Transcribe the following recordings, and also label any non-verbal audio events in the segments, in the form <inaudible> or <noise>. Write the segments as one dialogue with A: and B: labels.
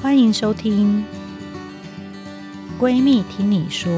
A: 欢迎收听《闺蜜听你说》。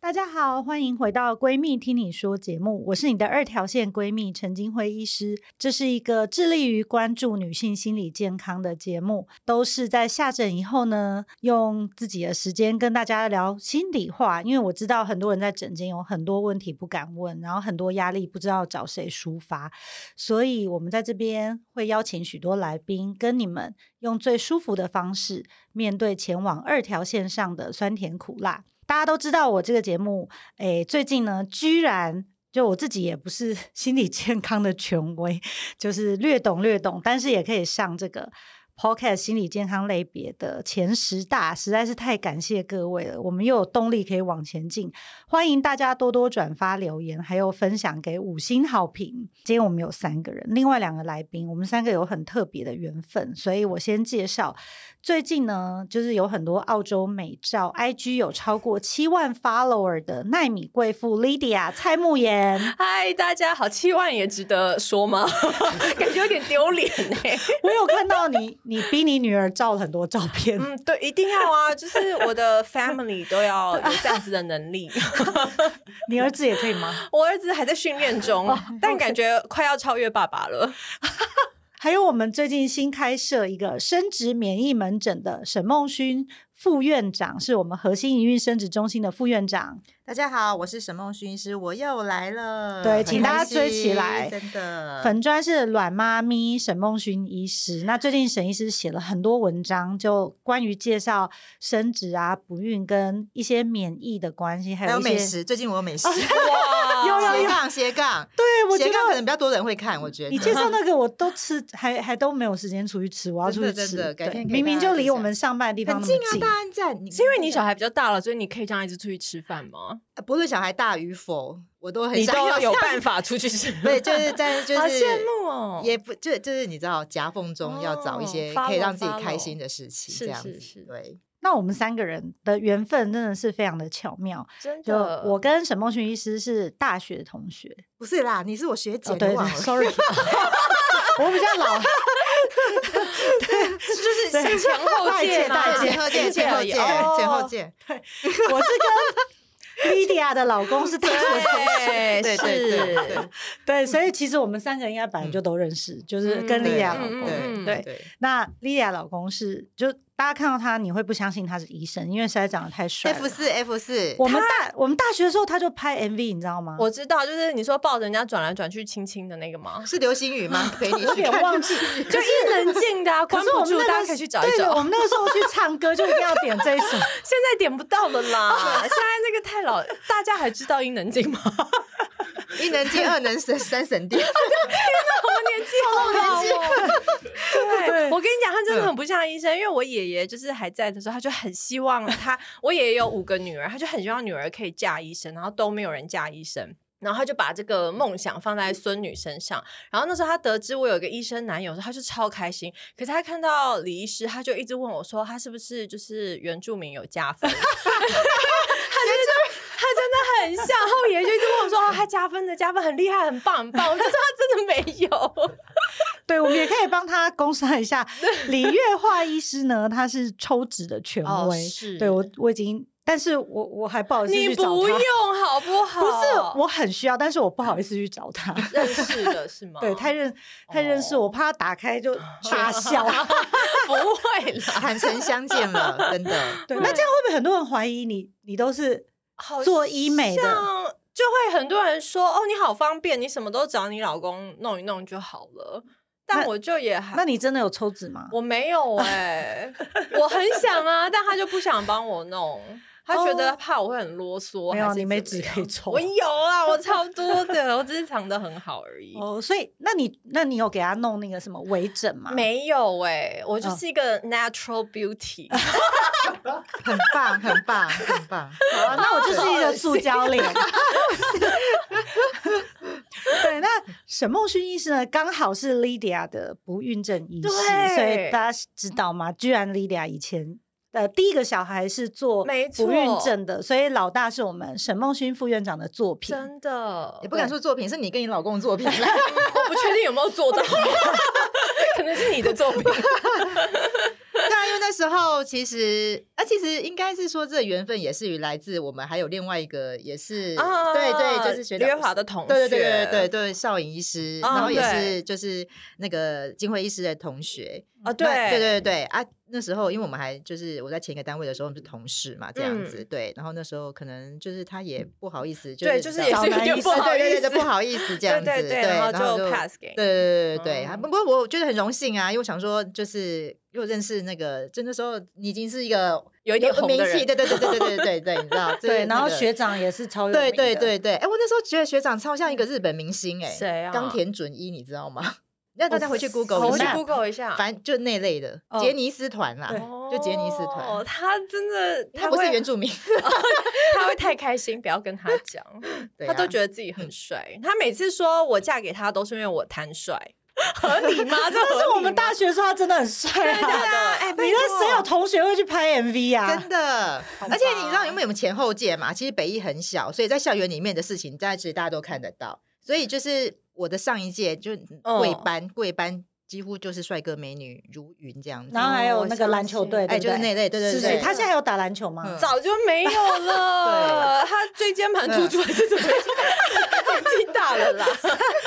A: 大家好，欢迎回到《闺蜜听你说》节目，我是你的二条线闺蜜陈金辉医师。这是一个致力于关注女性心理健康的节目，都是在下诊以后呢，用自己的时间跟大家聊心里话。因为我知道很多人在诊间有很多问题不敢问，然后很多压力不知道找谁抒发，所以我们在这边会邀请许多来宾，跟你们用最舒服的方式面对前往二条线上的酸甜苦辣。大家都知道我这个节目，诶，最近呢，居然就我自己也不是 <laughs> 心理健康的权威，就是略懂略懂，但是也可以上这个 Podcast 心理健康类别的前十大，实在是太感谢各位了，我们又有动力可以往前进。欢迎大家多多转发留言，还有分享给五星好评。今天我们有三个人，另外两个来宾，我们三个有很特别的缘分，所以我先介绍。最近呢，就是有很多澳洲美照，IG 有超过七万 follower 的奈米贵妇 Lydia 蔡慕妍，
B: 嗨，大家好，七万也值得说 <laughs> 吗？感觉有点丢脸欸呢。
A: <laughs> 我有看到你，你逼你女儿照了很多照片，
B: 嗯，对，一定要啊，就是我 <laughs> 的 family 都要有这样子的能力。
A: 你儿子也可以吗？
B: <laughs> 我儿子还在训练中，但感觉快要超越爸爸了。
A: 还有我们最近新开设一个生殖免疫门诊的沈梦勋副院长，是我们核心营运生殖中心的副院长。
C: 大家好，我是沈梦勋医师，我又来了。
A: 对
C: 很
A: 请大家
C: 开心
A: 追起来
C: 真的。
A: 粉砖是卵妈咪沈梦勋医师。那最近沈医师写了很多文章，就关于介绍生殖啊、不孕跟一些免疫的关系，还
C: 还
A: 有
C: 有
A: 一
C: 美
A: 些。
C: 食，最近我
A: <laughs>
C: 有美食，
B: 哇，
A: 有有
C: 斜杠斜杠，
A: 对，我觉
C: 斜杠可
A: 得
C: 能比较多人会看，我觉得。
A: 你介绍那个我都吃，还还都没有时间出去吃，我要出去
C: 真的
A: 吃。
C: 真的改
A: 对
C: 天可以
A: 明明
C: 大家
A: 就
C: 一
A: 离
C: 下
A: 我们上班的地方
C: 很
A: 那
C: 近
A: 么
C: 啊，大安站。
B: 是因为你小孩比较大了，所以你可以这样一直出去吃饭吗？
C: 呃不论小孩大与否，我都很
B: 你
C: 想
B: 都要
C: 要
B: 有办法出去吃，
C: 对，就是在就
B: 好
C: 是
B: 羡慕哦。
C: 也不就就是你知道夹缝中要找一些
B: 哦
C: 可以让自己
B: follow，
C: 开心的事情，
B: follow
C: 这样
B: 是
C: 子
B: 是是
C: 对。
A: 那我们三个人的缘分真的是非常的巧妙。
B: 真
A: 就
B: 的，
A: 我跟沈梦勋医师是大学同学，
C: 不是啦，你是我学姐，
A: 哦
C: 你
A: 对
C: 忘了 <laughs>
A: ，sorry，我比较老，
B: <laughs> 就是先前后
A: 代
B: 见啊 <laughs>
A: 谢
B: 嘛，
A: 代谢
C: 前后见，前后
B: 而已
C: 见，
B: 哦
C: 前后见，
A: 我是跟 Lydia 的老公是大学同学。
B: 对
C: 对对对对嗯
B: 是
A: 对，所以其实我们三个应该本来就都认识，就是跟
B: 嗯
A: 莉
C: 对
A: 亚老
B: 嗯
A: 公。
B: 嗯
C: 对
A: 啊对
C: 对。
A: 那莉亚老公是，就大家看到他，你会不相信他是医生，因为实在长得太帅了。
C: F 四 F 四，
A: 我们大我们大学的时候他就拍 MV，你知道吗？
B: 我知道，就是你说抱着人家转来转去亲亲的那个吗？
C: 是流星雨吗？陪你
A: 有
C: 去
A: 点
C: 看。
A: 忘记，
B: 就一能进的啊，
A: <laughs> 可
B: 关
A: 是我
B: 不
A: 们
B: 住，
A: 那
B: 大
A: 个
B: 家可以去找一
A: 对对
B: 找 <laughs>
A: 我。们那个时候去唱歌就一定要点这一首。
B: 现在点不到了啦，
A: <laughs>
B: 现在那个太老，大家还知道伊能静吗？
C: <laughs> 一能进，二能省，三省电。
B: 好老哦。对，嗯
A: 对
B: 我跟你讲，他真的很不像医生，因为我爷爷就是还在的时候，他就很希 <laughs> 望他，我爷爷有五个女儿，他就很希望女儿可以嫁医生，然后都没有人嫁医生。然后他就把这个梦想放在孙女身上。然后那时候他得知我有一个医生男友的时候，他就超开心。可是他看到李医师，他就一直问我说，他是不是就是原住民有加分？ <laughs> 他真的很像，然后我爷爷就一直问我说：“哦，他加分的加分很厉害，很棒，很棒。”我就说他真的没有。
A: 对，我们也可以帮他工商一下。李月华医师呢，他是抽脂的权
B: 哦
A: 威。
B: 是
A: 对我我已经，但是我我还不好意思
B: 你
A: 去找
B: 不
A: 他。
B: 用好不好？
A: 不是，我很需要，但是我不好意思去找他。
B: <laughs> 认识的是吗？
A: <laughs>
B: <laughs>
A: 对，太认太认识我，怕他打开就大笑。
B: 不会啦，
C: 坦诚相见了，真的。
A: 对，那这样会不会很多人怀疑你？你都是
B: 好
A: 做医美的
B: 像就会很多人说：“哦，你好方便，你什么都找你老公弄一弄就好了。”但
A: 那
B: 我就也还
A: 那你真的有抽脂吗？
B: 我没
A: <laughs>
B: 有哎、我很想啊，但他就不想帮我弄，他觉得
A: 哦
B: 怕我会很啰嗦。
A: 没有
B: 还是
A: 你没
B: 怎么
A: 纸
B: 样
A: 可以抽
B: 我有啊，我超多的，我只是藏得很好而已。
A: 哦，所以那你那你有给他弄那个什么微整吗？
B: 没有哎、我就
A: 哦
B: 是一个
A: <laughs>
B: natural beauty，
C: 很棒，很棒，
A: <laughs>
C: 很棒。
A: 好啊那我就是一个塑胶 <laughs> 脸。对，那沈梦勋医师呢，刚好是 Lydia 的不孕症医师，
B: 对
A: 所以大家知道吗？居然 Lydia 以前呃，第一个小孩是做
B: 没
A: 不孕
B: 错
A: 症的，所以老大是我们沈梦勋副院长的作品。
B: 真的
C: 也不敢说作品，是你跟你老公的作品啦。
B: 我不确定有没有做到， <laughs> 可能是你的
C: <laughs>
B: 作品。
C: 对啊，因为那时候其实，啊，其实应该是说这个缘分也是于来自我们还有另外一个也是，
B: 啊
C: 对对，就是学
B: 李月
C: 长
B: 华的同学，
C: 对对对对对对，少颖医师，
B: 嗯
C: 然后也
B: 对
C: 是就是那个金辉医师的同学，
B: 啊，
C: 那
B: 对
C: 对对对啊，那时候因为我们还就是我在前一个单位的时候我们是同事嘛，这样
B: 嗯
C: 子、对，然后那时候可能就是他也不好意思，
B: 对，就
C: 是
B: 是
C: 找
B: 也
A: 找
B: 是有
A: 男
B: 点
A: 医
B: 不
A: 生
B: 好
C: 对
B: 意
C: 对
B: 思
C: 对，对不好
B: <laughs>
C: 意思这样
B: 对
C: 子，
B: 对对，然后就
C: 就
B: pass 给你。
C: 对对对对对，啊
B: 嗯
C: 不过我觉得很荣幸啊，因为我想说，就是因为我认识那个，就那时候你已经是一个
B: 有一点红的
C: 名气，
B: 人
C: 对对对对
B: <laughs>
C: 对对对对，你知道？就是
A: 对，然后
C: 那个
A: 学长也是超有
C: 对
A: 名
C: 对
A: 的
C: 对对，哎，我那时候觉得学长超像一个日本明星哎、
B: 嗯谁啊
C: 冈田准一，你知道吗？ <laughs> 让大家回去 Google
B: 好
C: 一
B: 哦我去
C: 下，
B: Google 一下。
C: 反正就那类的
A: 哦
C: 杰尼斯团啦
A: 对，
C: 就杰尼斯
B: 哦
C: 团，
B: 他真的，
C: 他
B: 他
C: 不是
B: 会
C: 原住民，
B: <laughs> 他会太开心，不要跟他讲，
C: <laughs> 对
B: 他
C: 啊
B: 都觉得自己很帅。他每次说我嫁给他都是因为我贪帅，合理吗？
A: 但
B: 这
A: 是
B: 合
A: 我
B: 理
A: 们
B: 吗
A: 大学的时候他真的很帅
B: 对
A: 啊！
B: 的，哎，
A: 你那谁有同学会去拍 MV 啊
C: 真？的，
B: 好
C: 而且你知道
B: 吧
C: 有没有我们前后届嘛？其实北艺很小，所以在校园里面的事情，大家其实大家都看得到。所以就是我的上一届就
B: 哦
C: 贵班，贵班几乎就是帅哥美女如云这样子
A: 然。后还有那个
B: 我
A: 篮
B: 相
A: 球
B: 信
A: 队，对
C: 哎，
A: 不
C: 就是那类，对对
A: 是
C: 对
A: 是，
C: 对，
A: 他现在还有打篮球吗？
C: 嗯
B: 早就没有
C: <laughs>
B: 了。他椎间盘
C: 嗯
B: 突出还是怎么样？ <laughs> 年纪大了啦，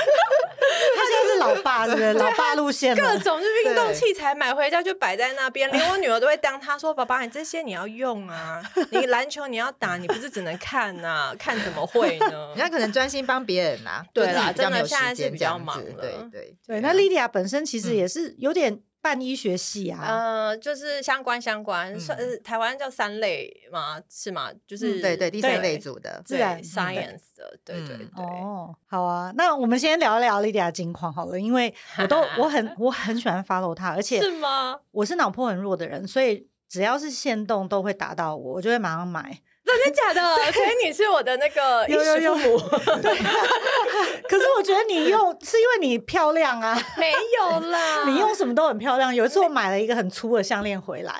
A: 他现在是老爸，是不是？老爸路线
B: 各
A: 了。
B: 种就是运动器材买回家就摆在
A: <laughs>
B: 那边，连我女儿都会当他说：“爸爸，你这些你要用啊，你篮球你要打，你不是只能看呐、看怎么会
A: <laughs>
B: 呢
C: <laughs> 人家可能专心帮别人啦，
B: <laughs> 对
C: 就自己
B: 啦
C: 比较
B: 真的
C: 没有
B: 现在
C: 时
B: 是
C: 间
B: 比
C: 这
B: 较
C: 样
B: 忙
C: 子
B: 了
C: 对对
A: 对，那
C: 啊
A: 莉迪亚本身其实
C: 嗯
A: 也是有点半医学系？”啊，
B: 呃，就是相关相关，
C: 嗯
B: 算、呃台湾叫三类嘛，是吗？就是、
A: 嗯
C: 对对第三类
B: 对
C: 组的，
A: 自然
B: 对
A: 嗯
B: science 的，对
C: 嗯
B: 对对。
A: 哦，好啊，那我们先聊聊莉迪亚近况好了，因为我
B: <laughs>
A: 都我很我很喜欢 follow 她，而且
B: 是吗？
A: 我是脑波很弱的人，所以只要是限动都会打到我，我就会马上
B: <laughs>
A: 买。
B: 真的
A: <laughs>
B: 假的？所以你是我的那个衣
A: 有有
B: 食
A: 有
B: 父母？
A: <laughs> 可是我觉得你用是因为你漂亮啊，
B: 没有啦，
A: 你用什么都很漂亮。有一次我买了一个很粗的项链回来，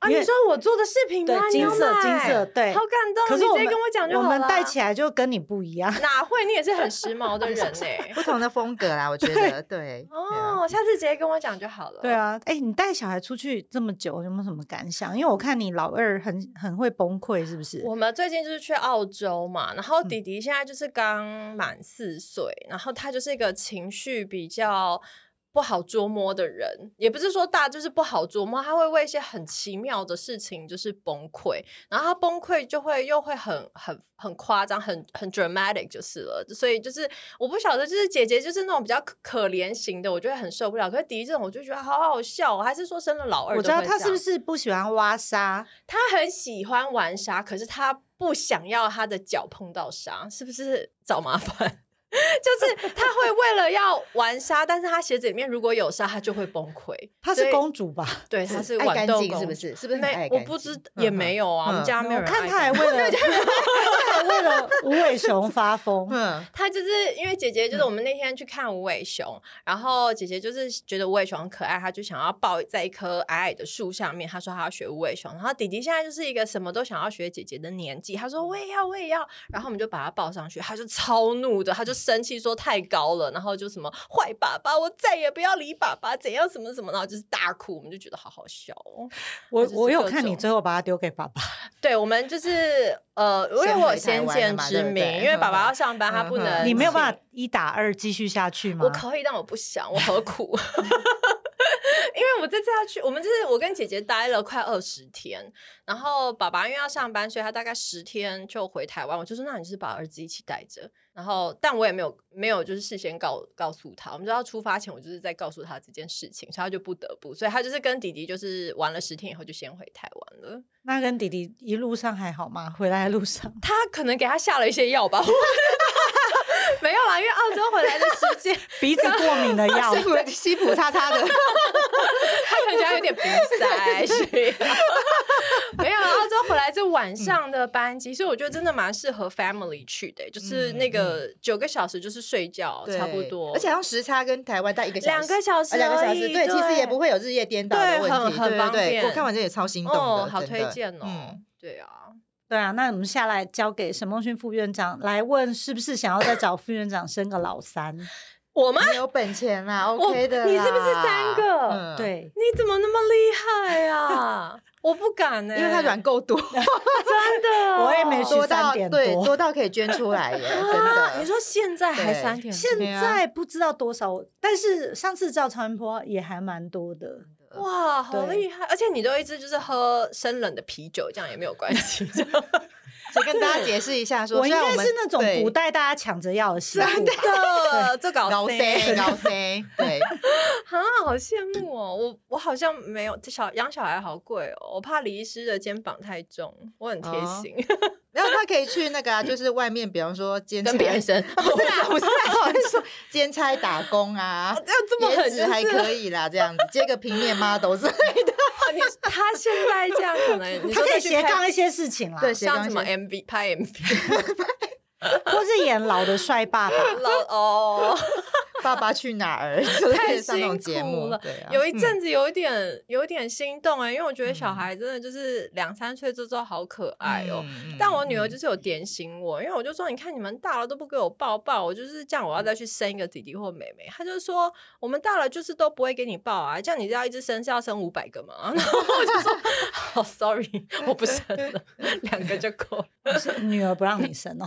B: 啊？
A: 因为
B: 你说我做的饰品
A: 对
B: 吗？你
A: 金
B: 有
A: 色
B: 买
A: 金色对
B: 好感动。
A: 可是
B: 你
A: 我
B: 直
A: 们
B: 接跟我讲就
A: 我
B: 好
A: 们
B: 了。
A: 戴起来就跟你不一样。
B: 哪会？你也是很时髦的人呢、
C: 不同的风格啦，我觉得对。对啊
B: 哦，下次直接跟我讲就好了。
A: 对，啊，哎、你带小孩出去这么久，有没有什么感想？因为我看你老二很很会崩溃，是不是？嗯
B: 我们最近就是去澳洲嘛，然后弟弟现在就是刚满四岁，然后他就是一个情绪比较。不好捉摸的人，也不是说大，就是不好捉摸，他会为一些很奇妙的事情就是崩溃，然后他崩溃就会又会很很很夸张，很很 dramatic 就是了。所以就是我不晓得，就是姐姐就是那种比较可可怜型的，我就会很受不了。可是弟弟这种，我就觉得好好笑、哦，还是说生了老二
A: 我
B: 都会
A: 知
B: 这样，
A: 道他是不是不喜欢挖沙？
B: 他很喜欢玩沙，可是他不想要他的脚碰到沙，是不是找麻烦？ <laughs> 就是他会为了要玩沙，但是他鞋子里面如果有沙，他就会崩溃。
A: 她
B: 所
A: 是
B: 以
A: 公主吧？
B: 对，他是
C: 爱
B: 豌
C: 干
B: 豆
C: 净
B: 公
C: 是不
B: 主
C: 是是不是很爱
B: 没，我
C: 干
B: 不
C: 净
B: 知也
C: 嗯哼
B: 没有啊，我们
C: 嗯
B: 家没有
A: 我
B: 人
A: 看
B: 爱
A: 她
B: 干
A: 还
B: 净
A: 为了，
B: <laughs>
A: 她还为了无尾熊发疯。
C: 嗯，
B: 他就是因为姐姐，就是我们那天去看无尾熊，然后姐姐就是觉得无尾熊很可爱，她就想要抱在一棵矮矮的树上面。她说她要学无尾熊，然后弟弟现在就是一个什么都想要学姐姐的年纪，他
C: 嗯
B: 说我也要，我也要，然后我们就把他抱上去，他就超怒的，
C: 嗯
B: 他就生气说太高了，然后就什么坏爸爸，我再也不要理爸爸，怎样什么什么，然后就是大哭，我们就觉得好好笑哦。
A: 我
B: 就是
A: 我有
B: 各
A: 看你
B: 种
A: 最后把它丢给爸爸，
B: 对我们就是呃，因为
C: 先
B: 我有
C: 回台
B: 先
C: 湾
B: 见
C: 了嘛
B: 之
C: 对不
B: 明，
C: 对
B: 因为爸爸要上班，他不
C: 嗯哼
B: 能，
A: 你没有办
B: 法。
A: 法一打二继续下去吗？
B: 我可以，但我不想，我何苦？ <laughs> 因为我这次要去，我们这次我跟姐姐待了快二十天，然后爸爸因为要上班，所以他大概十天就回台湾。我就说，那你就是把儿子一起带着。然后，但我也没有没有就是事先告告诉他，我们知道出发前我就是在告诉他这件事情，所以他就不得不，所以他就是跟弟弟就是玩了十天以后就先回台湾了。
A: 那跟弟弟一路上还好吗？回来的路上
B: 他可能给他下了一些药吧， <laughs> 没有啦，因为澳洲回来的时间。
A: 鼻子过敏
B: <laughs>
A: 的药
C: <laughs> 西普西普叉叉的，
B: 他可能觉得他有点鼻塞，需要 <laughs> 没有澳洲回来是晚上的班机，所以我觉得真的蛮适合 family 去的、就是那个九个小时就是睡觉 <laughs>
C: 对
B: 差不多，
C: 而且好像时差跟台湾待一个小时，
B: 两个小时
C: 啊，两个小
B: 而
C: 时，
B: 已
C: 对，其实也不会有日夜颠倒的
B: 对
C: 问
B: 很
C: 题，
B: 很
C: 对对
B: 方
C: 对。
B: 便
C: 我看完这也超心动
B: 哦
C: 的，，
B: 好
C: 真
B: 推
C: 的
B: 荐哦，
C: 嗯
B: 对啊，
A: 对啊，那我们下来交给沈梦勋副院长来问，是不是想要再找副院长生个老三？
B: 嗯我吗？
C: 你有本钱啦
B: 我
C: ，OK 的啦。
B: 你是不是三个
C: 嗯，
A: 对，
B: 你怎么那么厉害啊？ <laughs> 我不敢呢、
C: 因为它软够多，
B: 真的，
A: 我也没
B: 说。
A: 去
C: 多
A: 三
C: 到
A: 点
C: 对
A: 多
C: 多到可以捐出来
B: <laughs>
C: 耶，真的。
B: 啊你说现在还
C: 对
B: 三点多？
A: 现在不知道多少，但是上次照超音波也还蛮多的。
B: 嗯哇，好
A: 对
B: 厉害！而且你都一直就是喝生冷的啤酒，这样也没有关系。这样
C: 所以跟大家解释一下说，
A: 我
C: 虽
A: 应
C: 然
A: 该
C: 们
A: 是那种
C: 对
A: 古代大家抢着要的食物吧，
B: 的，这搞
C: 高 C
B: 塞
C: 高 C，对，
B: 啊，好羡慕哦！我我好像没有，这小养小孩好贵哦，我怕李医师的肩膀太重，我很贴
C: 哦
B: 心，
C: 然后他可以去那个啊，就是外面，比方说
B: <laughs>
C: 兼
B: 跟别
C: <laughs>
B: 人
C: 差
B: 生
C: 不是啦，不是啦，我是说兼差打工
B: <laughs>
C: 啊，
B: 要这么狠
C: 颜
B: 就
C: 值还
B: 是啊了
C: 可以啦，这样子接个平面 model 之类的，
B: 哦你他现在这样可
C: <laughs>
B: 能你
A: 他
B: 说
A: 可
B: 再
A: 以
B: 去
A: 斜
B: 拍啊
A: 杠一些事情啦，
C: 对
B: 像什么
C: 斜
B: MV 拍 MV
C: <laughs>
A: 或是演老的帅爸爸。
B: <laughs> 老哦，
C: <laughs> 爸爸去哪儿之类
B: 太
C: 的上那种节
B: 辛苦
C: 目
B: 了，
C: 对啊，
B: 有一
C: 嗯
B: 阵子有一点有一点心动哎、因为我觉得小
C: 嗯
B: 孩真的就是两三岁之后好可爱哦、
C: 嗯嗯
B: 但我女儿
C: 嗯
B: 就是有点醒我，因为我就说，你看你们大了都不给我抱抱，我就是这样，我要
C: 嗯
B: 再去生一个弟弟或妹妹。她就说，我们大了就是都不会给你抱啊，这样你知道一直生是要生五百个吗？ <laughs> 然后我就说，好、sorry，我
C: <laughs>
B: 不生了，两个就够了。
A: 是女儿不让你生
B: <laughs>
A: 哦，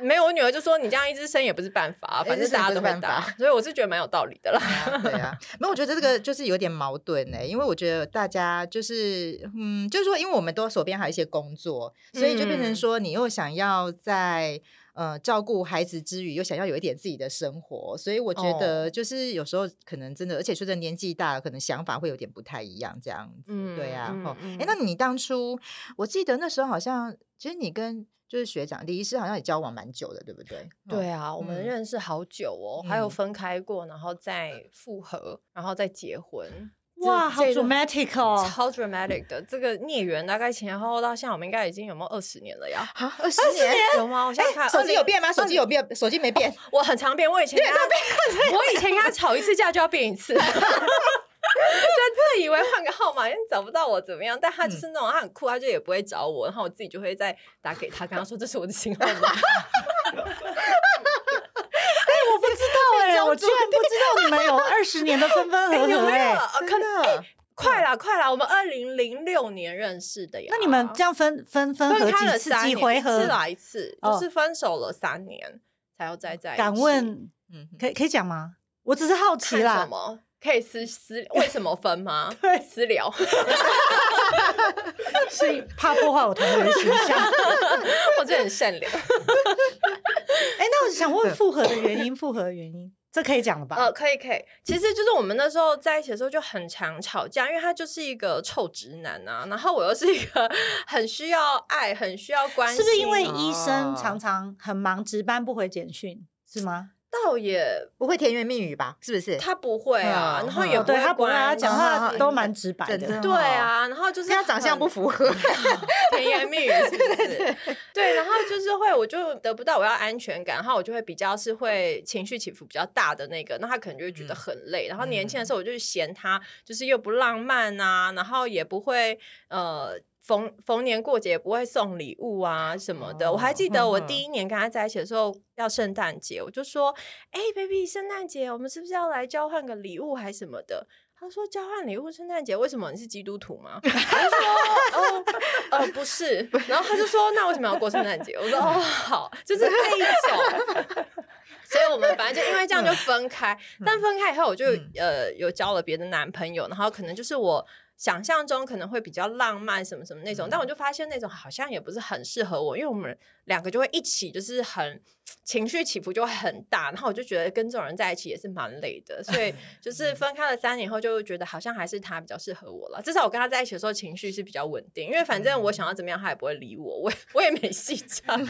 B: 没有，我女儿就说，你这样一直生也不是办法，啊反正大家都会
C: 一直生也不是办
B: 打
C: 法，
B: 所以我是觉得蛮有道理的啦。
C: 对啊，没有，我觉得这个就是有点矛盾呢、因为我觉得大家就是，嗯，就是说，因为我们都手边还有一些工作，所以就变成
B: 嗯
C: 说，你又想要在呃照顾孩子之余，又想要有一点自己的生活，所以我觉
B: 哦
C: 得就是有时候可能真的，而且随着年纪大了，可能想法会有点不太一样，这样子，
B: 嗯
C: <laughs> 对啊，
B: 嗯
C: 哦、
B: 嗯
C: 哎、那你当初，我记得那时候好像，其实你跟就是学长李医师好像也交往蛮久的，对不对？哦
B: 对啊，我们
C: 嗯
B: 认识好久哦，还有
C: 嗯
B: 分开过，然后再复合，然后再结婚。这
A: 哇，好
B: 这一段
A: dramatic 哦，
B: 超 dramatic 的这个孽缘，大概前后到现在，我们应该已经有没有二十年了呀？
C: 好，二十年。
B: 有吗？我
A: 哎
B: 想想看，
C: 手机有
B: 20，
C: 变吗？手机有变，手机没变。
B: 我很常变。我以前跟他，我以前跟他吵一次架就要变一
A: <laughs>
B: 次，就自以为换个号码，因为找不到我怎么样。但
A: 嗯
B: 他就是那种他很酷，他就也不会找我，然后我自己就会再打给他，跟他说这是我的新号码。
A: 我不知道
B: <laughs>
A: 哎、我居然不知道你们有二十年的分分合
B: 有
A: 合 <laughs>
B: 没有
A: 哎、？
B: 呃可
C: 真的，
B: 快啦，快啦！我们二零零六年认识的呀。
A: 嗯那你们这样分分分合
B: 分开了
A: 几次
B: 三
A: 几
B: 年，
A: 回
B: 一次
A: 合？
B: 来一次，
A: 哦
B: 就是分手了三年才要再在一起。
A: 敢问
C: 嗯，
A: 可以可以讲吗？我只是好奇
B: 看什
A: 啦。
B: 么？可以私私为什么分吗？
A: 对
B: 私 <laughs> 聊。
A: 是怕破坏我同学的形象。
B: <laughs> 我真的很善 <laughs> 良。
A: 哎、那我想问复合的原因，复合的原因，这可以讲了吧？
B: 呃，可以可以，其实就是我们那时候在一起的时候就很常吵架，因为他就是一个臭直男啊，然后我又是一个 <laughs> 很需要爱、很需要关
A: 是
B: 心，
A: 不是因为
C: 哦
A: 医生常常很忙，值班不回简讯，是吗？
B: 倒也
C: 不会甜言蜜语吧？是不是？
B: 他不会啊，
C: 嗯
B: 然后
C: 嗯
B: 也
A: 哦，对他不会，
B: 关
A: 他讲
C: 然
A: 话
C: 后
A: 都蛮直白
C: 真
A: 的。
C: 的
B: 对啊，然后就是
C: 跟他长相
B: 很
C: 不
A: <laughs>
C: 符合。
B: <laughs> 甜言蜜语，是不是？对，然后就是会，我就得不到我要安全感，然后我就会比较是会情绪起伏比较大的那个，那他可能就会觉得很累。然后年轻的时候，我就嫌他就是又不浪漫啊，然后也不会呃。逢逢年过节也不会送礼物啊什么的。我还记得我第一年跟他在一起的时候，要圣诞节，我就说：“哎、b a b y 圣诞节我们是不是要来交换个礼物还什么的？”他说交换礼物圣诞节，为什么你是基督徒吗？我 <laughs> 就说哦呃不是，然后他就说那为什么要过圣诞节？我说哦好，就是这一种。 <laughs> 所以我们反正就因为这样就分开，但分开以后我就、
C: 嗯
B: 呃有交了别的男朋友，然后可能就是我。想象中可能会比较浪漫什么什么那种，但我
A: 嗯
B: 就发现那种好像也不是很适合我，因为我们两个就会一起，就是很情绪起伏就会很大，然后我就觉得跟这种人在一起也是蛮累的，
A: <laughs>
B: 所以就是
A: 嗯
B: 分开了三年后，就会觉得好像还是他比较适合我了。至少我跟他在一起的时候情绪是比较稳定，因为反
A: 嗯
B: 正我想要怎么样，他也不会理我，我也我也没细讲。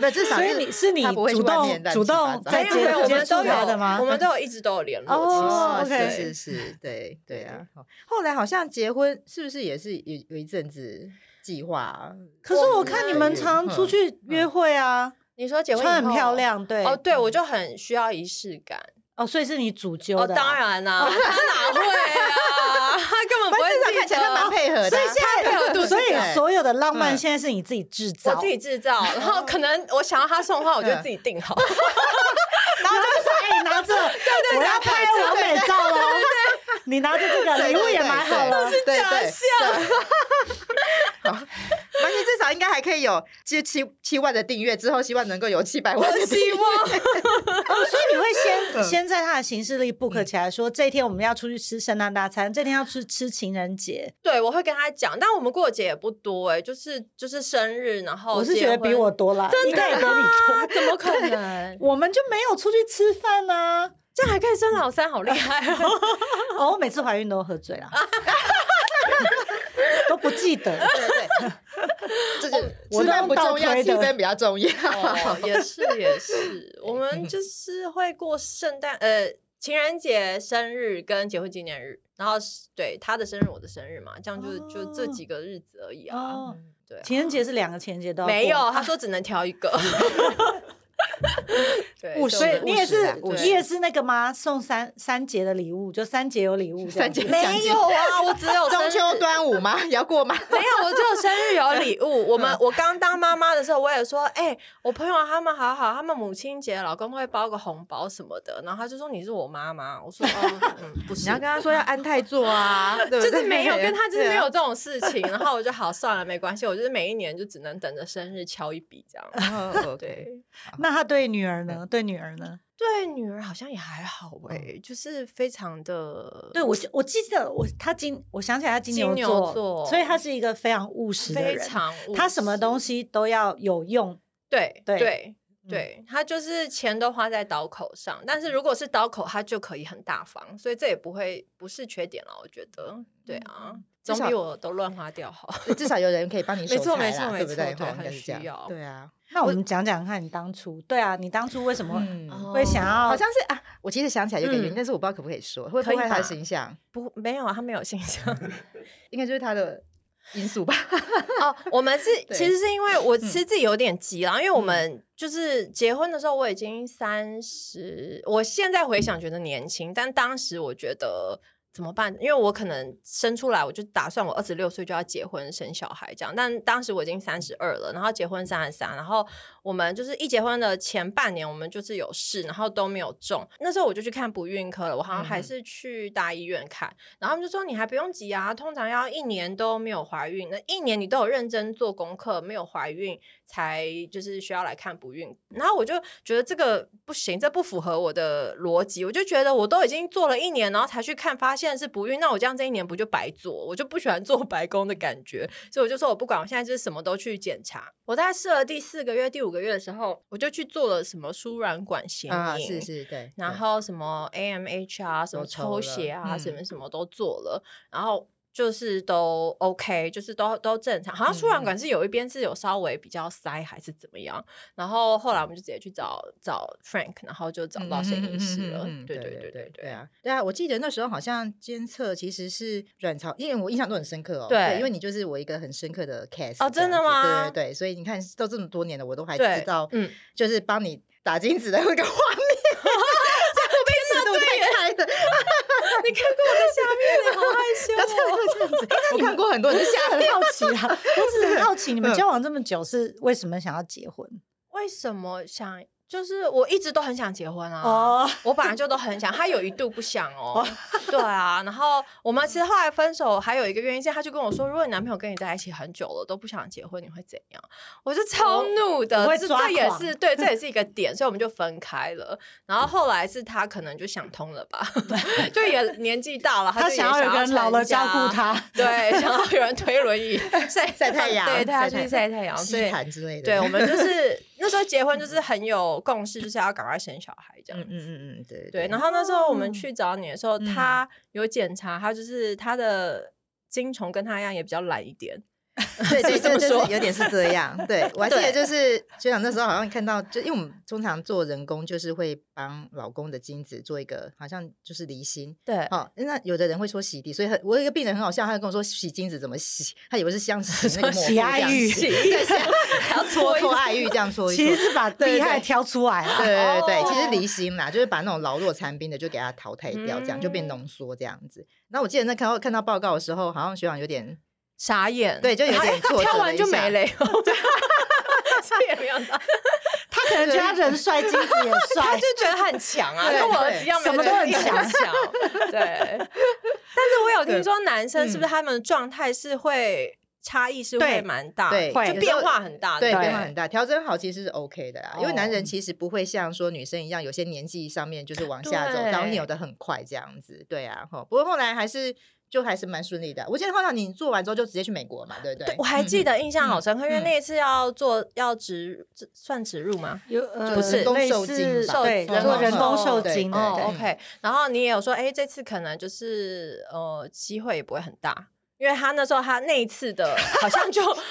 C: 那至少
A: 所以
C: 是
A: 你是你
C: 他不会
A: 主
C: 去外
A: 动
C: 面乱
A: 主
C: 七八
A: 动 <laughs>
C: 糟
A: 在
B: 没有
A: 接
B: 没有，我
A: 接
B: 们
A: 触
B: 都
A: 他
B: 有
A: 的吗？
B: 我们都有一直都有联络。
A: 哦
B: 其实
A: OK
B: 对
C: 是是是，对对啊。后来好像结婚是不是也是有有一阵子？计划。
A: 可是我看你
C: 嗯
A: 们常出去约会啊，
B: 你说结婚嗯以
A: 穿很
B: 后
A: 漂亮，对，
B: 哦，对我就很需要仪式感。
A: 哦，所以是你主揪
B: 哦，
A: 的啊，
B: 当然啦、他哪会啊？他根本不会
C: 至少
B: 记
C: 看起来他
B: 得
C: 蛮配合的
A: 所
C: 啊，
A: 以现
B: 配合
A: 在，
B: 度是
A: 所以
C: 对
A: 所有的浪漫
C: 嗯
A: 现在是你自己制造，
B: 我自己制造，然后可能我想要他送的话，我就自己定好。 <laughs>
A: 然后就说：“哎、你拿着，我要拍完美照喽。你拿着这个
C: 对
A: 礼物也买好了，
C: 对对对，
B: 像
C: 而且至少应该还可以有七七七万的订阅，之后希望能够有七百万
B: 我
C: 的订
B: 希
C: 阅。
B: 望
A: 哦所以你会先
C: 嗯
A: 先在他的行事历 book 起来，说这一天我们要出去吃圣诞大餐，这天要去吃情人节。
B: 对我会跟他讲，但我们过节也不多哎、就是就是生日，然后
A: 我是
B: 哦结
A: 觉得
B: 婚
A: 比我多啦，
B: 真
A: 应该也
B: 的
A: 比你
B: 吗？
A: 多。
B: 怎么可
A: <laughs>
B: 能？
A: 我们就没有出去吃饭啊。
B: 这样还可以生老三，好厉害哦！
A: 哦，我每次怀孕都喝醉啦，都不记得。
C: <laughs> 对
A: <laughs>
C: 对，这就
A: 我
C: 吃饭不重
A: 我都
C: 要，
A: 用倒推
C: 气
A: 的
C: 氛比较重要。
B: 哦，也是也是，我们就是会过圣诞呃情人节、生日跟结婚纪念日，然后是对他的生日、我的生日嘛，这样就就这几个日子而已啊。
A: 哦，
C: 嗯
B: 对啊，
A: 情人节是两个情人节都要过
B: 没有，他说只能挑一个。 <laughs>
A: 哎啊
B: 对
C: 务
B: 就
C: 实
B: 是
A: 你也
C: 务实
A: 是
C: 啊务
A: 你
C: 实
A: 也是那个吗？送三三节的礼物，就三节有礼物这样
C: 三
A: 子，
C: 节
B: 没有啊，我只有生
C: 中
B: 日
C: 秋端午吗？也要过吗？
B: 没有，我只有生日有礼物。我们我刚当妈妈的时候，我也说，哎、我朋友他们好好，他们母亲节老公会包个红包什么的，然后他就说你是我妈妈，我说哦，嗯，不是，
C: <laughs> 你要跟他说要安泰座 <laughs> 啊，对不
B: <laughs> 就
C: 对？
B: 是没有跟他就是没有
C: 对
B: 这种事情，然后我就好算了，没关系，我就是每一年就只能等着生日敲一笔这样。
C: 啊。 <laughs> 嗯 OK，
B: 对，
A: 那他对女儿呢？对女儿呢？
B: 对女儿好像也还好哎、就是非常的
A: 对我记，我记得我他今我想起来他金牛
B: 金牛座
A: 所以他是一个非常务实的
B: 非
A: 人，
B: 常务
A: 他什么
B: 实
A: 东西都要有用。
B: 对
A: 对
B: 对
A: 嗯
B: 对，他就是钱都花在刀口上，但是如果是刀口，他就可以很大方，所以这也不会不是缺点了，我觉得。对啊，
C: 至
B: 总
C: 少
B: 比我都乱花掉好。
C: 至少有人可以帮你
B: 没
C: 守
B: 错
C: 财
B: 没
C: 啦，
B: 错
C: 对不
B: 没
C: 对？
B: 错
C: 哈
B: 对
C: 应该
B: 很
C: 是这
B: 需
C: 样
B: 要。
C: 对啊，
A: 那我们讲讲看，你当初对啊，你当初为什么
C: 嗯，
A: 会想要？
C: 好像是啊，我其实想起来有点原因
B: 嗯，
C: 但是我不知道可不可以说，会
B: 可以
C: 破坏他的
B: 吧
C: 形象，
B: 不没有啊，他没有形象
C: 应该就是他的因素吧。
B: <laughs> 哦。我们是
C: 对
B: 其实是因为我其实自己有点急啦，因为我们就是结婚的时候我已经三十，我现在回想觉得年轻，但当时我觉得。怎么办？因为我可能生出来，我就打算我二十六岁就要结婚生小孩这样。但当时我已经三十二了，然后结婚三十三，然后我们就是一结婚的前半年，我们就是有事，然后都没有中。那时候我就去看不孕科了，我好像还
C: 嗯
B: 是去大医院看，然后他们就说你还不用急啊，通常要一年都没有怀孕，那一年你都有认真做功课，没有怀孕才就是需要来看不孕。然后我就觉得这个不行，这不符合我的逻辑，我就觉得我都已经做了一年，然后才去看，发现是不孕，那我这样这一年不就白做？我就不喜欢做 <laughs> 白工的感觉，所以我就说我不管，我现在就是什么都去检查。我大概试了第四个月、第五个月的时候，我就去做了什么输卵管显影，
C: <laughs> 啊，是是，对。
B: 然
C: 对
B: 后什么 AMH 啊，什
C: 都
B: 么
C: 抽
B: 抽
C: 了
B: 血啊，什
C: 嗯
B: 么什么都做了，然后就是都 OK，就是都都正常。好像输
C: 嗯
B: 卵
C: 嗯
B: 管是有一边是有稍微比较塞还是怎么样，然后后来我们就直接去找找 Frank，然后就找到
C: 声
B: 声
C: 音
B: 音
C: 师
B: 师了。
C: 对
B: 对对
C: 对
B: 对对
C: 对。啊，对啊！我记得那时候好像监测其实是卵巢，因为我印象都很深刻哦。
B: 对
C: 因为你就是我一个很深刻的 case
B: 哦真的
C: 这样子
B: 吗
C: 对对对，所以你看都这么多年了，我都还
B: 对
C: 知道，
B: 嗯， <laughs>
C: 就是帮你打精子的那个画面。 <laughs>
B: <laughs>
C: 这个被尺度太开了， <laughs>
B: 你看过我的下面，你好害羞
C: 不要
B: 哦。<laughs>
C: 这样子。我看过很多人
A: <laughs>
C: 是
A: 我
C: 下
A: 很
C: 面，
A: 好奇啊，我只是很好奇，你们 <laughs>
C: 嗯
A: 交往这么久是为什么想要结婚？
B: 为什么想？就是我一直都很想结婚啊。
A: 哦，
B: 我本来就都很想，他有一度不想哦， <laughs> 对啊，然后我们其实后来分手还有一个原因是，他就跟我说，如果你男朋友跟你在一起很久了都不想结婚，你会怎样？我就超怒
A: 我
B: 的，
A: 会
B: 这
A: 抓
B: 这也
A: 狂
B: 是对，这
A: <laughs>
B: 也是一个点，所以我们就分开了。然后后来是他可能就想通了吧，就也年纪大了，
A: 他
B: 就也
A: 想要有个人老了照顾
B: 成家，
A: 他，
B: 对，想要有人推
A: <laughs>
B: 轮椅晒
C: 晒太阳
B: 对，带他
C: 晒
B: 去
C: 太
B: 晒太阳，所以
C: 西谈之类的。
B: 对，我们
A: <laughs>
B: 就是那时候结婚就是很有共识，就是要赶快生小孩这样
C: 嗯
B: 子。
C: 嗯嗯嗯，对
B: 对，然后那时候我们
A: 哦
B: 去找你的时候，
C: 嗯
B: 他有检查，他就是他的精虫跟他一样也比较懒一点，
C: 对对，
B: 这么
C: 就就
B: 说
C: 是有点是这样。对我还记得，
B: 对
C: 就是学长那时候好像看到，就因为我们通常做人工，就是会帮老公的精子做一个好像就是离心。 <laughs>
B: 对，
C: 哦，那有的人会说洗地，所以很我有一个病人很好笑，他就跟我说洗精子怎么洗，他以为是像洗那个抹布
A: 洗
C: 这
A: 爱
C: 样
A: 玉
C: 洗，对，
B: <laughs>
C: 洗还要搓搓爱玉这样搓一搓。
A: 其实是把
C: 对
A: 厉害
C: 对
A: 挑出来啊。
C: 对对对，
B: 哦
C: 其实离心啦，就是把那种老弱残兵的就给它淘汰掉，这样、就变
B: 嗯
C: 浓缩这样子。那我记得那看到看到报告的时候，好像学长有点
B: <laughs> 傻眼，
C: 对就有
B: 他
C: 点
B: 他
C: 挫
B: 挑
C: 折
B: 完
C: 了一
B: 就没
C: 下
B: 了， <laughs> 这也没有到，
A: 他可能觉得他人帅，精子也
B: 他
A: 帅
B: 就，觉得他很强啊，
C: 对
B: 跟我儿
C: 对
B: 子一样，
A: 什么都很强
B: 强。 <laughs> 对，但是我有听说男生是不
C: 嗯
B: 是他们的状态是会差异是
A: 对
B: 会蛮大，
C: 对
A: 会
B: 就
C: 有时候
B: 变化很大，
C: 对
B: 不
C: 变化很大，调整好其实是 OK 的啦，啊因为男人
A: 哦
C: 其实不会像说女生一样，有些年纪上面就是往下走，然后
B: 对
C: 扭的很快这样子，对啊，吼。不过后来还是就还是蛮顺利的。我记得后来你做完之后就直接去美国嘛，对不对
B: 对？我还记得印象好深刻，因为
C: 嗯
B: 那一次要做要植植算植入吗？
A: 有呃
B: 不是
A: 类
B: 人
C: 工受精
A: 似
C: 吧
A: 对，
B: 人
A: 做
B: 工
A: 人工
B: 受
A: 受
C: 对
A: 精。
C: 对
A: 对
B: 哦
C: 对
B: ，OK。然后你也有说，哎，这次可能就是呃，机会也不会很大。因为他那时候他那一次的好像就 <laughs> 就是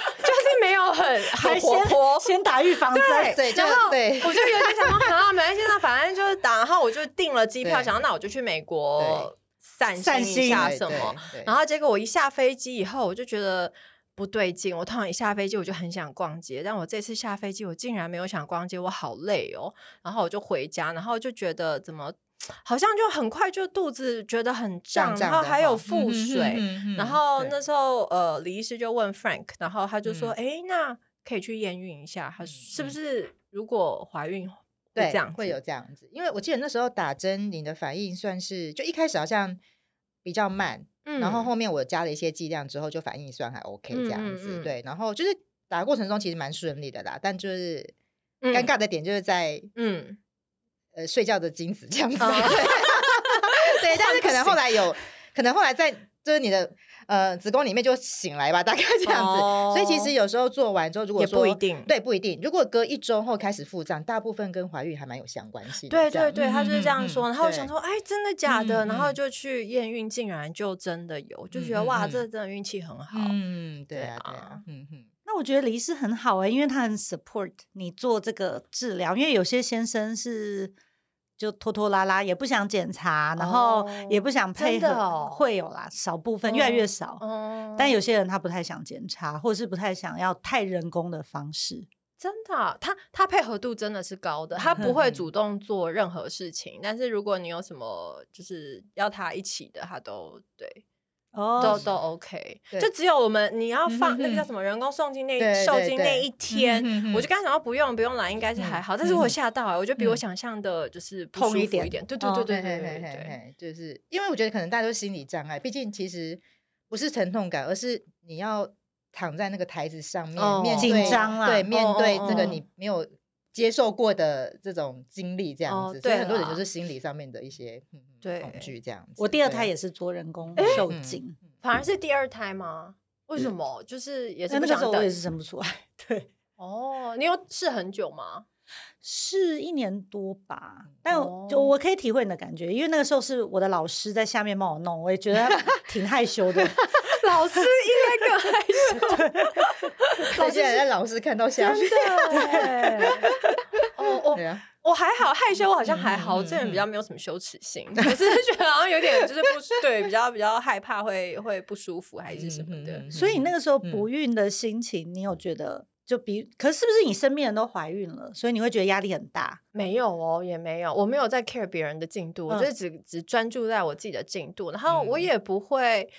B: 没有很
A: 还
B: 很活
A: 先
B: 泼，
A: 先打预防针，
C: 对，就
B: 然后
C: 对
B: 我就有点想说，好，没关系，那反正就是打，然后我就订了机票，
C: 对
B: 想说那我就去美国散
A: 散
B: 心
A: 心
B: 一下
C: 对
B: 啊什
C: 对
B: 么。
C: 对
B: 然后结果我一下飞机以后，我就觉得不对劲。我通常一下飞机我就很想逛街，但我这次下飞机我竟然没有想逛街，我好累哦。然后我就回家，然后就觉得怎么好像就很快就肚子觉得很胀，
C: 胀胀
B: 然后
C: 的
B: 还有
C: 哈
B: 腹水。
C: 嗯哼
B: 然后
C: 对
B: 那时候呃，李医师就问 Frank，然后他就说：“
C: 嗯
B: 诶，那可以去验孕一下，他是
C: 嗯
B: 不是如果怀孕会
C: 对，
B: 这样
C: 会
B: 子
C: 有这样子，因为我记得那时候打针，你的反应算是就一开始好像比较慢，
B: 嗯
C: 然后后面我加了一些剂量之后，就反应算还 OK 这样
B: 嗯
C: 子。
B: 嗯嗯
C: 对，然后就是打的过程中其实蛮顺利的啦，但就是
B: 嗯
C: 尴尬的点就是在、
B: 嗯
C: 呃睡觉的精子这样子。
B: 哦
C: <laughs> 对，但是可
B: <laughs>
C: 能后来有，可能后来在就是你的呃子宫里面就醒来吧，大概 <laughs> 这样子。所以其实
B: 哦
C: 有时候做完之后，如果
B: 也
C: 说
B: 不一定
C: 对不一定，如果隔一周后开始腹胀，大部分跟怀孕还蛮有相关性的
B: 对
C: 这样。嗯
B: 对对，他就是这样说。然后我想
C: 对
B: 说，哎，真的假的？
C: 嗯
B: 然后
C: 嗯
B: 就去验孕，竟然就真的有，就觉
C: 嗯
B: 得
C: 嗯
B: 哇，
C: 嗯
B: 这真的运气很好。
C: 嗯，对
B: 对
C: 啊，对啊
B: 啊，
C: 嗯嗯，
A: 那我觉得李医师很好哎、因为他很 support 你做这个治疗，因为有些先生是就拖拖拉拉，也不想检查，然后也不想配合，
B: 真的哦
A: 会有啦，少部分越来越
B: 嗯
A: 少。
B: 哦
A: 但有些人他不太想检查，或者是不太想要太人工的方式。
B: 真的啊、他他配合度真的是高的，他不
C: <laughs>
B: 会主动做任何事情，但是如果你有什么就是要他一起的，他都对，都
A: 哦，
B: 都 OK。
C: 对
B: 就只有我们你要
C: 嗯哼
B: 放那个叫
C: 哼
B: 什么人工送精那
C: 对
B: 一受
C: 对
B: 精
C: 对
B: 那一天
C: 嗯哼哼，
B: 我就刚想到不用不用来，应该是还好，但是我有吓到啊，我觉得比我
C: 嗯
B: 想象的就是不
A: 痛
B: 舒
A: 一
B: 服
A: 点
B: 一点，对对
A: 哦
B: 对对
C: 嘿
B: 对
C: 嘿
B: 对
C: 嘿
B: 对
C: 嘿
B: 对，
C: 嘿，就是因为我觉得可能大家都是心理障碍，毕竟其实不是疼痛感，而是你要躺在那个台子上面，
B: 哦
C: 面
A: 紧
C: 对
A: 张啦
C: 对，面
B: 哦哦
C: 对这个
B: 哦
C: 你没有接受过的这种经历，这样
B: 哦
C: 子，所以
B: 对
C: 很多人就
B: 啦
C: 是心理上面的一些嗯嗯
B: 对
C: 恐惧这样子。
A: 我第二
C: 对
A: 胎
C: 啊
A: 也是做人工受精，
B: 反而是第二胎吗？为什么？就是也
A: 那
B: 是不
A: 那个
B: 想
A: 时候我也
B: 等
A: 是生不出来， <laughs> 对，
B: 哦。你有试很久吗？
A: <laughs> 是一年多吧。但我就
B: 哦
A: 我可以体会你的感觉，因为那个时候是我的老师在下面帮我弄，我也觉
C: <laughs>
A: 得挺害羞的。
B: 老师应该更害羞。 <laughs>
C: 啊对，竟然让老师看到下面，
B: 对，
A: 哎
B: <laughs> 哦，
A: <laughs>
B: 我
C: 对啊，
B: 我还好，害羞我好像还好，我这人比
A: 嗯
B: 较没有什么羞耻心，只是觉得好像有点就是不舒对，比较比较害怕会会不舒服还是什么的。
C: 嗯
A: 所以那个时候
C: 嗯
A: 不孕的心情，你有觉得就比？可是是不是你身边人都怀孕了，所以你会觉得压力很大？
B: 没有哦，也没有，我没有在 care 别人的进度，我就
A: 嗯
B: 只只专注在我自己的进度，然后我
C: 嗯
B: 也不会。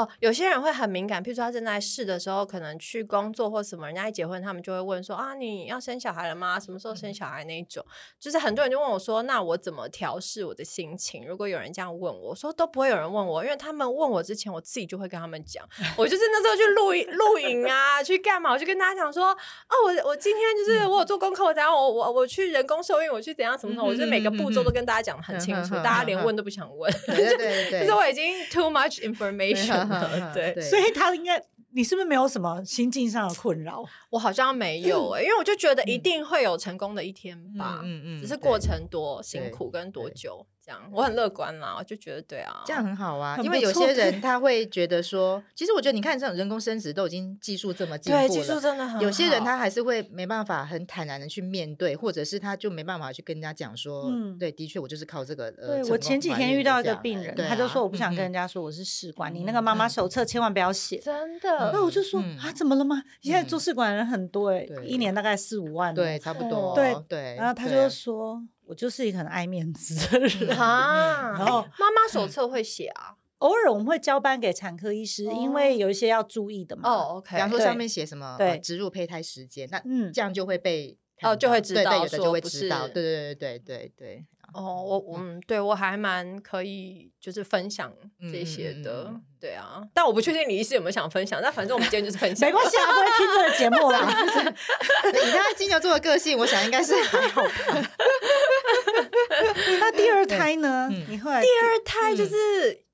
B: 哦，有些人会很敏感，譬如说他正在试的时候，可能去工作或什么，人家一结婚，他们就会问说啊，你要生小孩了吗？什么时候生小孩那一种，就是很多人就问我说，那我怎么调试我的心情？如果有人这样问我，我说都不会有人问我，因为他们问我之前，我自己就会跟他们讲，我就是那时候去露营露营啊，去干嘛？我就跟大家讲说，哦，我我今天就是
C: 嗯
B: 我有做功课，我怎样，我我我去人工受孕，我去怎样怎么怎么，我就是每个
C: 嗯
B: 步骤都跟大家讲的很清楚，
C: 嗯嗯嗯嗯嗯嗯嗯嗯嗯
B: 大家连问都不想问，
C: 对对对对
B: <laughs> 就是我已经 too much information 了。对
C: 对
A: 所以他应该，你是不是没有什么心境上的困扰？
B: 我好像没有哎、因为我就觉得一定会有成功的一天吧，
C: 嗯嗯嗯嗯
B: 只是
C: 对
B: 过程多辛
C: 对
B: 苦跟多
C: 对
B: 久这这样我很乐观啦，我就觉得对啊，
C: 这样很好啊，
A: 很
C: 因
A: 不
C: 为有
A: 错
C: 些人
A: 对
C: 他会觉得说，其实我觉得你看这种人工生殖都已经技术这么进
B: 对
C: 步
B: 技术
C: 了。
B: 真的很好，
A: 嗯
C: 有些人他还是会没办法很坦然的去面对，或者是他就没办法去跟人家讲说，
A: 嗯
C: 对，的确我就是靠这个呃。
A: 对
C: 成
A: 我
C: 功
A: 前几
C: 怀
A: 天
C: 孕
A: 遇
C: 的
A: 到一
C: 这
A: 个
C: 样
A: 病
C: 哎
A: 人，
C: 对
A: 他就
C: 啊
A: 说我不想跟人
C: 嗯
A: 家说我是试管，你那
C: 嗯
A: 个妈妈
C: 嗯
A: 手册千万不要写。
B: 真的
A: 那我就说、
C: 嗯
A: 啊，怎么了吗？现在做
C: 嗯
A: 试管人很多哎、
C: 对
A: 一年大概四五万、
C: 嗯对，。差不多。
A: 对
C: 对，
A: 然后他
C: 对
A: 就
C: 啊嗯
A: 说，我就是一个很爱面子的人。 <laughs>
B: 啊，
A: 然后
B: 哎妈妈手册会写啊，
A: 偶尔我们会交班给产科医师，因为有一些要注意的嘛。
B: 哦，OK，
C: 嗯比方说
A: 对
C: 上面写什么呃
A: 对
C: 植入胚胎时间，那
A: 嗯
C: 这样就会被
B: 哦
C: 看
B: 就会
C: 到
B: 知
C: 对对
B: 道
C: 有的
B: 说
C: 就会
B: 不
C: 知道，
B: 是
C: 对对对对对对。
B: 哦，我我嗯，对我还蛮可以，就是分享这些
C: 嗯嗯嗯嗯
B: 的，
C: 嗯嗯
B: 对啊。但我不确定李医师有没有想分享，但反正我们今天就是分享。
A: 没关系，啊，不会听这个节目啦。
C: <laughs> 以他金牛座的个性，我想应该是还好吧。
A: 那第二胎呢？
C: 嗯
A: 你后来
B: 第二胎就是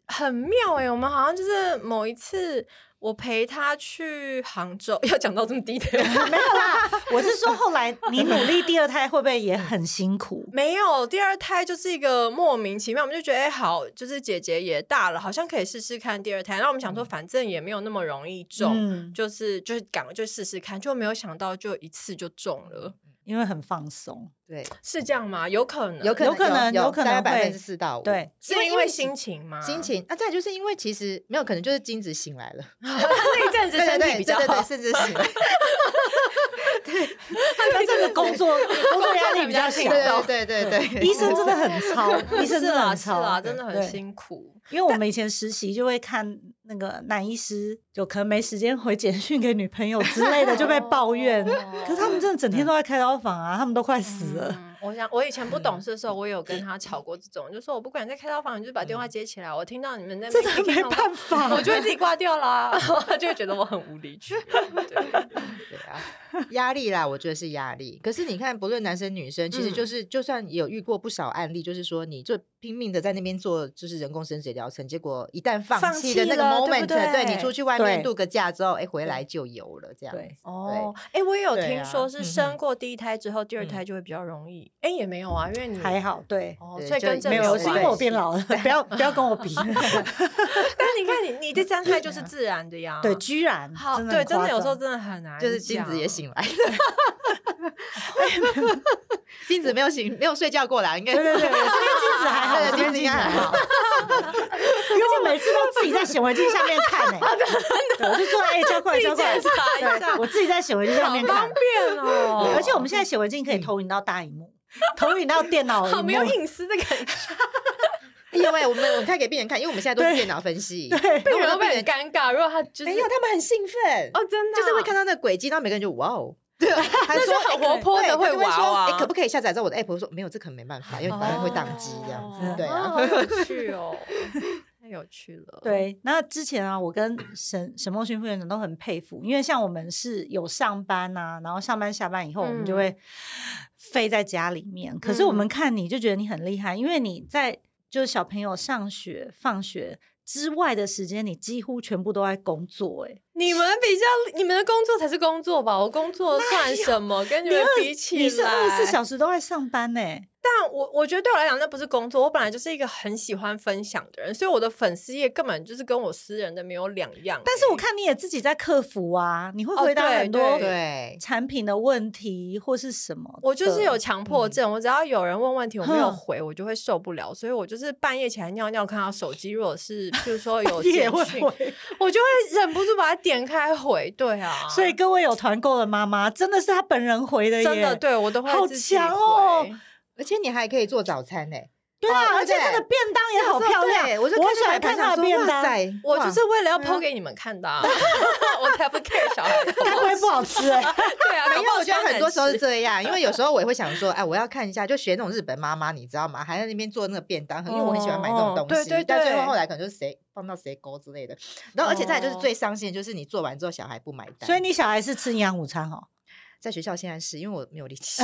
B: 很妙哎、我们好像就是某一次我陪他去杭州， <laughs> 要讲到这么低调。
A: <laughs> 没有啦，我是说后来你努力第二胎会不会也很辛苦？
B: 没有，第二胎就是一个莫名其妙，我们就觉得哎、好，就是姐姐也大了，好像可以试试看第二胎。然后我们想说，反正也没有那么容易中，
A: 嗯，
B: 就是就是赶快就试试看，就没有想到就一次就中了，
A: 因为很放松。 <laughs>
C: 对，
B: 是这样吗？有可能，
C: 有可能
A: 有可能有
C: 有
A: 可
C: 大概
A: 能
C: 百分
A: 会
C: 之四到五。
A: 对，
B: 是因为心情吗？
C: 心情啊，再来就是因为其实没有，可能就是精子醒来了，
B: <laughs> 那一阵子
C: <laughs> 对对
B: 身体比
C: 对
A: <laughs>
C: 对
B: 较
C: 对对，
B: 好，
C: 甚至醒来，
A: 那这个工
C: <laughs>
A: 作工作压力比较
C: 对
A: 小。
C: 对对
A: <laughs>
C: 对对，
A: 医生真的很
B: <laughs>
A: 操，医生
B: <laughs> 是
A: 真的
B: 啦
A: 很
B: 是
A: 操
B: 啦，真的很
A: 对
B: 辛苦。
A: 因为我们以前实习就会看那个男医师，就可能没时间回简讯给女朋友之类的，就
B: <laughs>
A: 被抱怨。
B: 哦
A: 可是他们真的整天都在开刀房啊，他们都快死了。
B: 嗯我想，我以前不懂事的时候，我有跟他吵过这种，就说我不管在开刀房，你就把电话接起来。我听到你们在那
A: <laughs> 真
B: 边
A: 的
B: 叮
A: 没
B: 叮咚
A: 办法，
B: 嗯 <laughs> 咚，我就会自己挂掉啦，然后 <laughs> 他就会觉得我很无理 <laughs> 取闹。对
C: 对啊，压力啦，我觉得是压力。可是你看，不论男生女生，其实就是、就算有遇过不少案例，就是说你就拼命的在那边做就是人工生殖疗程，结果一旦放
B: 放
C: 弃
B: 弃
C: 的那个
B: 了对
C: moment，
B: 不对
C: 你出去外
A: 对
C: 面度个假之后，哎，回来就有了这样
A: 对
C: 子。
B: 哦，哎，我也有
C: 对
B: 听
C: 啊
B: 说是生过第一胎之后，第二
C: 嗯
B: 胎就会比较容易。哎，也没有啊，因为你
A: 还好，对，
B: 哦，
C: 对
B: 所以
C: 就
B: 跟这
A: 没有，
C: 有
A: 是因
C: 关
A: 为我
C: 系
A: 变老了，不要不要跟我
B: <laughs>
A: 比。
B: 但你看你你第三胎就是自然的呀，
A: 对，居然
B: 好，
A: 真的
B: 对，
A: 很
B: 真的
A: 夸
B: 有时候
A: 张
B: 真的很难讲，
C: 就是精子也醒来了， <laughs> 精子没有醒，没有睡觉过啦，应该
A: 对对对，这边镜子还好，
C: 对
A: 这边镜
C: 镜子
A: 子
C: 应该
A: 还
C: 还
A: 好。因为我每次都自己在显微镜下面看呢，对我就说哎，交过来，交过来，
B: 自己检查一
A: 对
B: 下
A: 我自己在显微镜上面看
B: 方。便哦。
A: 而且我们现在显微镜可以投影到大荧幕，投影到电脑荧幕，
B: 好没有隐私的感觉，
C: <laughs> 因为我们我开给病人看，因为我们现在都
A: 对
C: 是电脑分析，
A: 对
B: 病
C: 因为
B: 人会
C: 我们
B: 不会很尴尬？如果他就是
C: 没有，他们很兴奋
B: 哦，真的啊
C: 就是会看到那个轨迹，然后每个人就哇哦，对， <laughs> 还
B: 啊那
C: 说
B: 就很活泼的会哇哦啊
C: 哎，可不可以下载到我的 app？我说没有，这可能没办法，因为你好像会宕机这样
B: 哦
C: 子，对
B: 哦
C: 啊，
B: 好有趣哦， <laughs> 太有趣了。，
A: 对，那之前啊，我跟沈沈梦勋副院长都很佩服，因为像我们是有上班啊，然后上班下班以后，我们就
B: 嗯
A: 会飞在家里面。可是我们
B: 嗯
A: 看你就觉得你很厉害，因为你在就是小朋友上学、放学之外的时间，你几乎全部都在工作、欸。哎，
B: 你们比较，你们的工作才是工作吧？我工作算什么？跟你们比起来，
A: 你是二十四小时都在上班欸呢、
B: 但我我觉得对我来讲，那不是工作。我本来就是一个很喜欢分享的人，所以我的粉丝页根本就是跟我私人的没有两样。
A: 但是我
B: 欸
A: 看你也自己在克服啊，你会
B: 哦
A: 回答
B: 对
A: 很多、
B: 对
C: 对，
A: 产品的问题或是什么的？
B: 我就是有强迫症，我只要有人问问题我没有
A: 哼
B: 回，我就会受不了，所以我就是半夜起来尿尿，看到手机如果是譬如
A: <laughs>
B: 说有
A: 也
B: 简
A: 会
B: 讯，
A: 回
B: 我就会忍不住把它点开回。对啊，
A: 所以各位有团购的妈妈，真的是她本人回的耶，
B: 真的对我都会
A: 好
B: 自己
A: 强哦
B: 回
C: 而且你还可以做早餐呢，
A: 对啊，
C: 哦
A: 而且
C: 对
A: 她的便当也好漂
C: 对
A: 亮，
C: 我就
A: 我
C: 看
A: 很喜欢
C: 看
A: 看她的便当，该
B: 我就是为了要剖给你们看
C: <laughs>
B: 的、啊，我才不 care 小孩。
A: 不会不好吃 <laughs> 哎、
B: 对啊，
C: 没
B: 搞不
C: 有，
B: 好
C: 我觉得
B: 现在
C: 很多时候
B: 难
C: 是
B: 吃
C: 这样，因为有时候我也会想说，哎，我要看一下，就学那种日本妈妈，你知道吗？还在那边做那个便当，因为我很喜欢买这种
B: 哦
C: 东西，
B: 对对
C: 但最后
B: 对
C: 后来可能就是谁放到谁沟之类的，然后而且再来就是
B: 哦
C: 最伤心的就是你做完之后小孩不买单，
A: 所以你小孩是吃营养午餐 <laughs> 哦，
C: 在学校现在是因为我没有力气。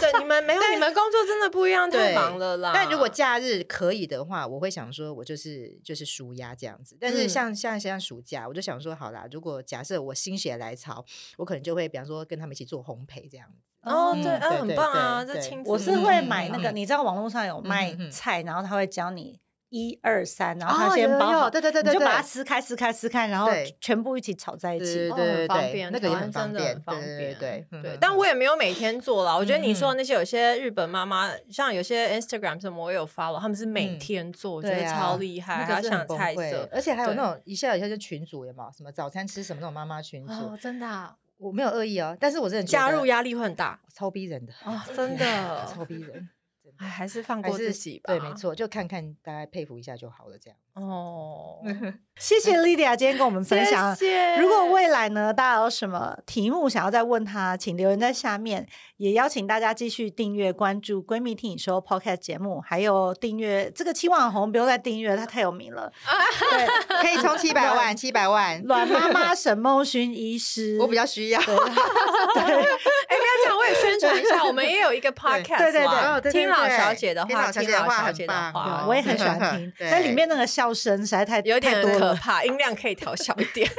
B: 对你们没有，你们工作真的不一样，太
C: 对
B: 忙了啦。
C: 但如果假日可以的话，我会想说，我就是就是舒压这样子。但是
B: 嗯
C: 像、像像暑假，我就想说，好啦，如果假设我心血来潮，我可能就会，比方说跟他们一起做烘焙这样子。
B: 哦，
A: 嗯
B: 对，
C: 对
B: 嗯，很
C: 对
B: 棒
C: 对
B: 啊，这
C: 对
B: 亲子
A: 我是
B: 旅
A: 会
B: 行
A: 买那个，
C: 嗯
A: 你知道网络上有卖
C: 嗯嗯嗯
A: 菜，然后他会教你一二三，然后
C: 哦，
A: 他先
C: 有有
A: 包好
C: 有，，对对对
A: 你
C: 对
A: 就把它
C: 对。
A: 撕开、撕开、撕开，然后
C: 对
A: 全部一起炒在一
C: 对
A: 起
B: 哦。
C: 嗯对
B: 很
C: 对
B: 方
C: 对
B: 便
C: 那
B: 台
C: 个也
B: 湾
C: 很方
B: 真的
C: 便
B: 很方
C: 对对
B: 便
C: 对嗯
B: 对
C: 嗯，
B: 但我也没有每天做啦。我觉得你说
C: 嗯
B: 的那些有些日本妈妈，像有些 Instagram 什么，我有 follow，他们是每
C: 嗯
B: 天做，我觉
C: 对
B: 得
C: 啊
B: 超厉害，
C: 那
B: 还要
C: 个是很
B: 想
C: 崩
B: 菜色
C: 溃，而且还有那
B: 对
C: 种一下有一下就群主有没有？什么早餐吃什么那种妈妈群组，
B: 哦，真的啊
C: 我没有恶意哦，但是我真的觉
B: 加
C: 得
B: 入压力会很大
C: 超逼人的
B: 哦，真
C: 天啊
B: 的，
C: <laughs> 超逼人，真的
B: 哎，还是放
C: 还
B: 过自
C: 是
B: 己吧，
C: 对，没，错，就看看大家佩服一下就好了，这样。 <laughs>
B: 哦，
A: 谢谢 Lydia 今天跟我们分享。
B: 谢谢
A: 如果
C: <laughs>
A: 未来呢，大家有什么题目想要再问她，请留言在下面。也邀请大家继续订阅、关注《闺蜜听你说》Podcast 节目，还有订阅这个七网红，不用再订阅，她太有名
C: <laughs>
A: 了。对，
C: 可以充
B: <laughs>
C: 七百万，七百万，
A: 阮妈妈沈梦勋医师，
C: 我比较需要。
A: 对。
B: 哎，不要讲，我也宣传一下，我们也有一
C: <laughs>
B: 个 podcast，
A: 对对
B: 嘛
C: 哦对对
B: 听老
C: 对
B: 小姐的
C: 听
B: 话，
C: 老小
B: 听
C: 姐的
B: 老
C: 话
B: 小
C: 很
B: 姐的
C: 棒
B: 话哦
A: 有，我也很喜欢听，但里
C: <laughs> 对
A: 面那个笑声实在太
B: 有
A: 太
B: 点
A: 多
B: 可
A: 了。
B: 怕，音量可以调小一
C: <laughs>
B: 点。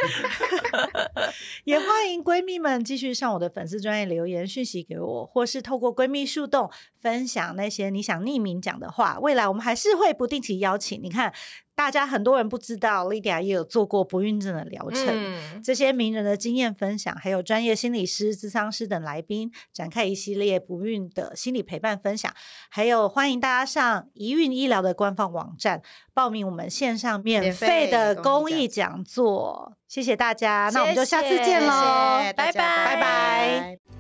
A: 也欢迎闺蜜们继续上我的粉丝专业留言讯息给我，或是透过闺蜜树洞分享那些你想匿名讲的话。未来我们还是会不定期邀请。你看，大家很多人不知道，Lydia 也有做过不孕症的疗程。
B: 嗯，
A: 这些名人的经验分享，还有专业心理师、咨商师等来宾，展开一系列不孕的心理陪伴分享。还有欢迎大家上宜孕医疗的官方网站报名我们线上免
C: 免
A: 费
C: 费
A: 的公
C: 公
A: 益
C: 益
A: 讲座。谢谢大家，那我们就下次见喽，
C: 谢谢大家
A: 拜拜
C: 拜拜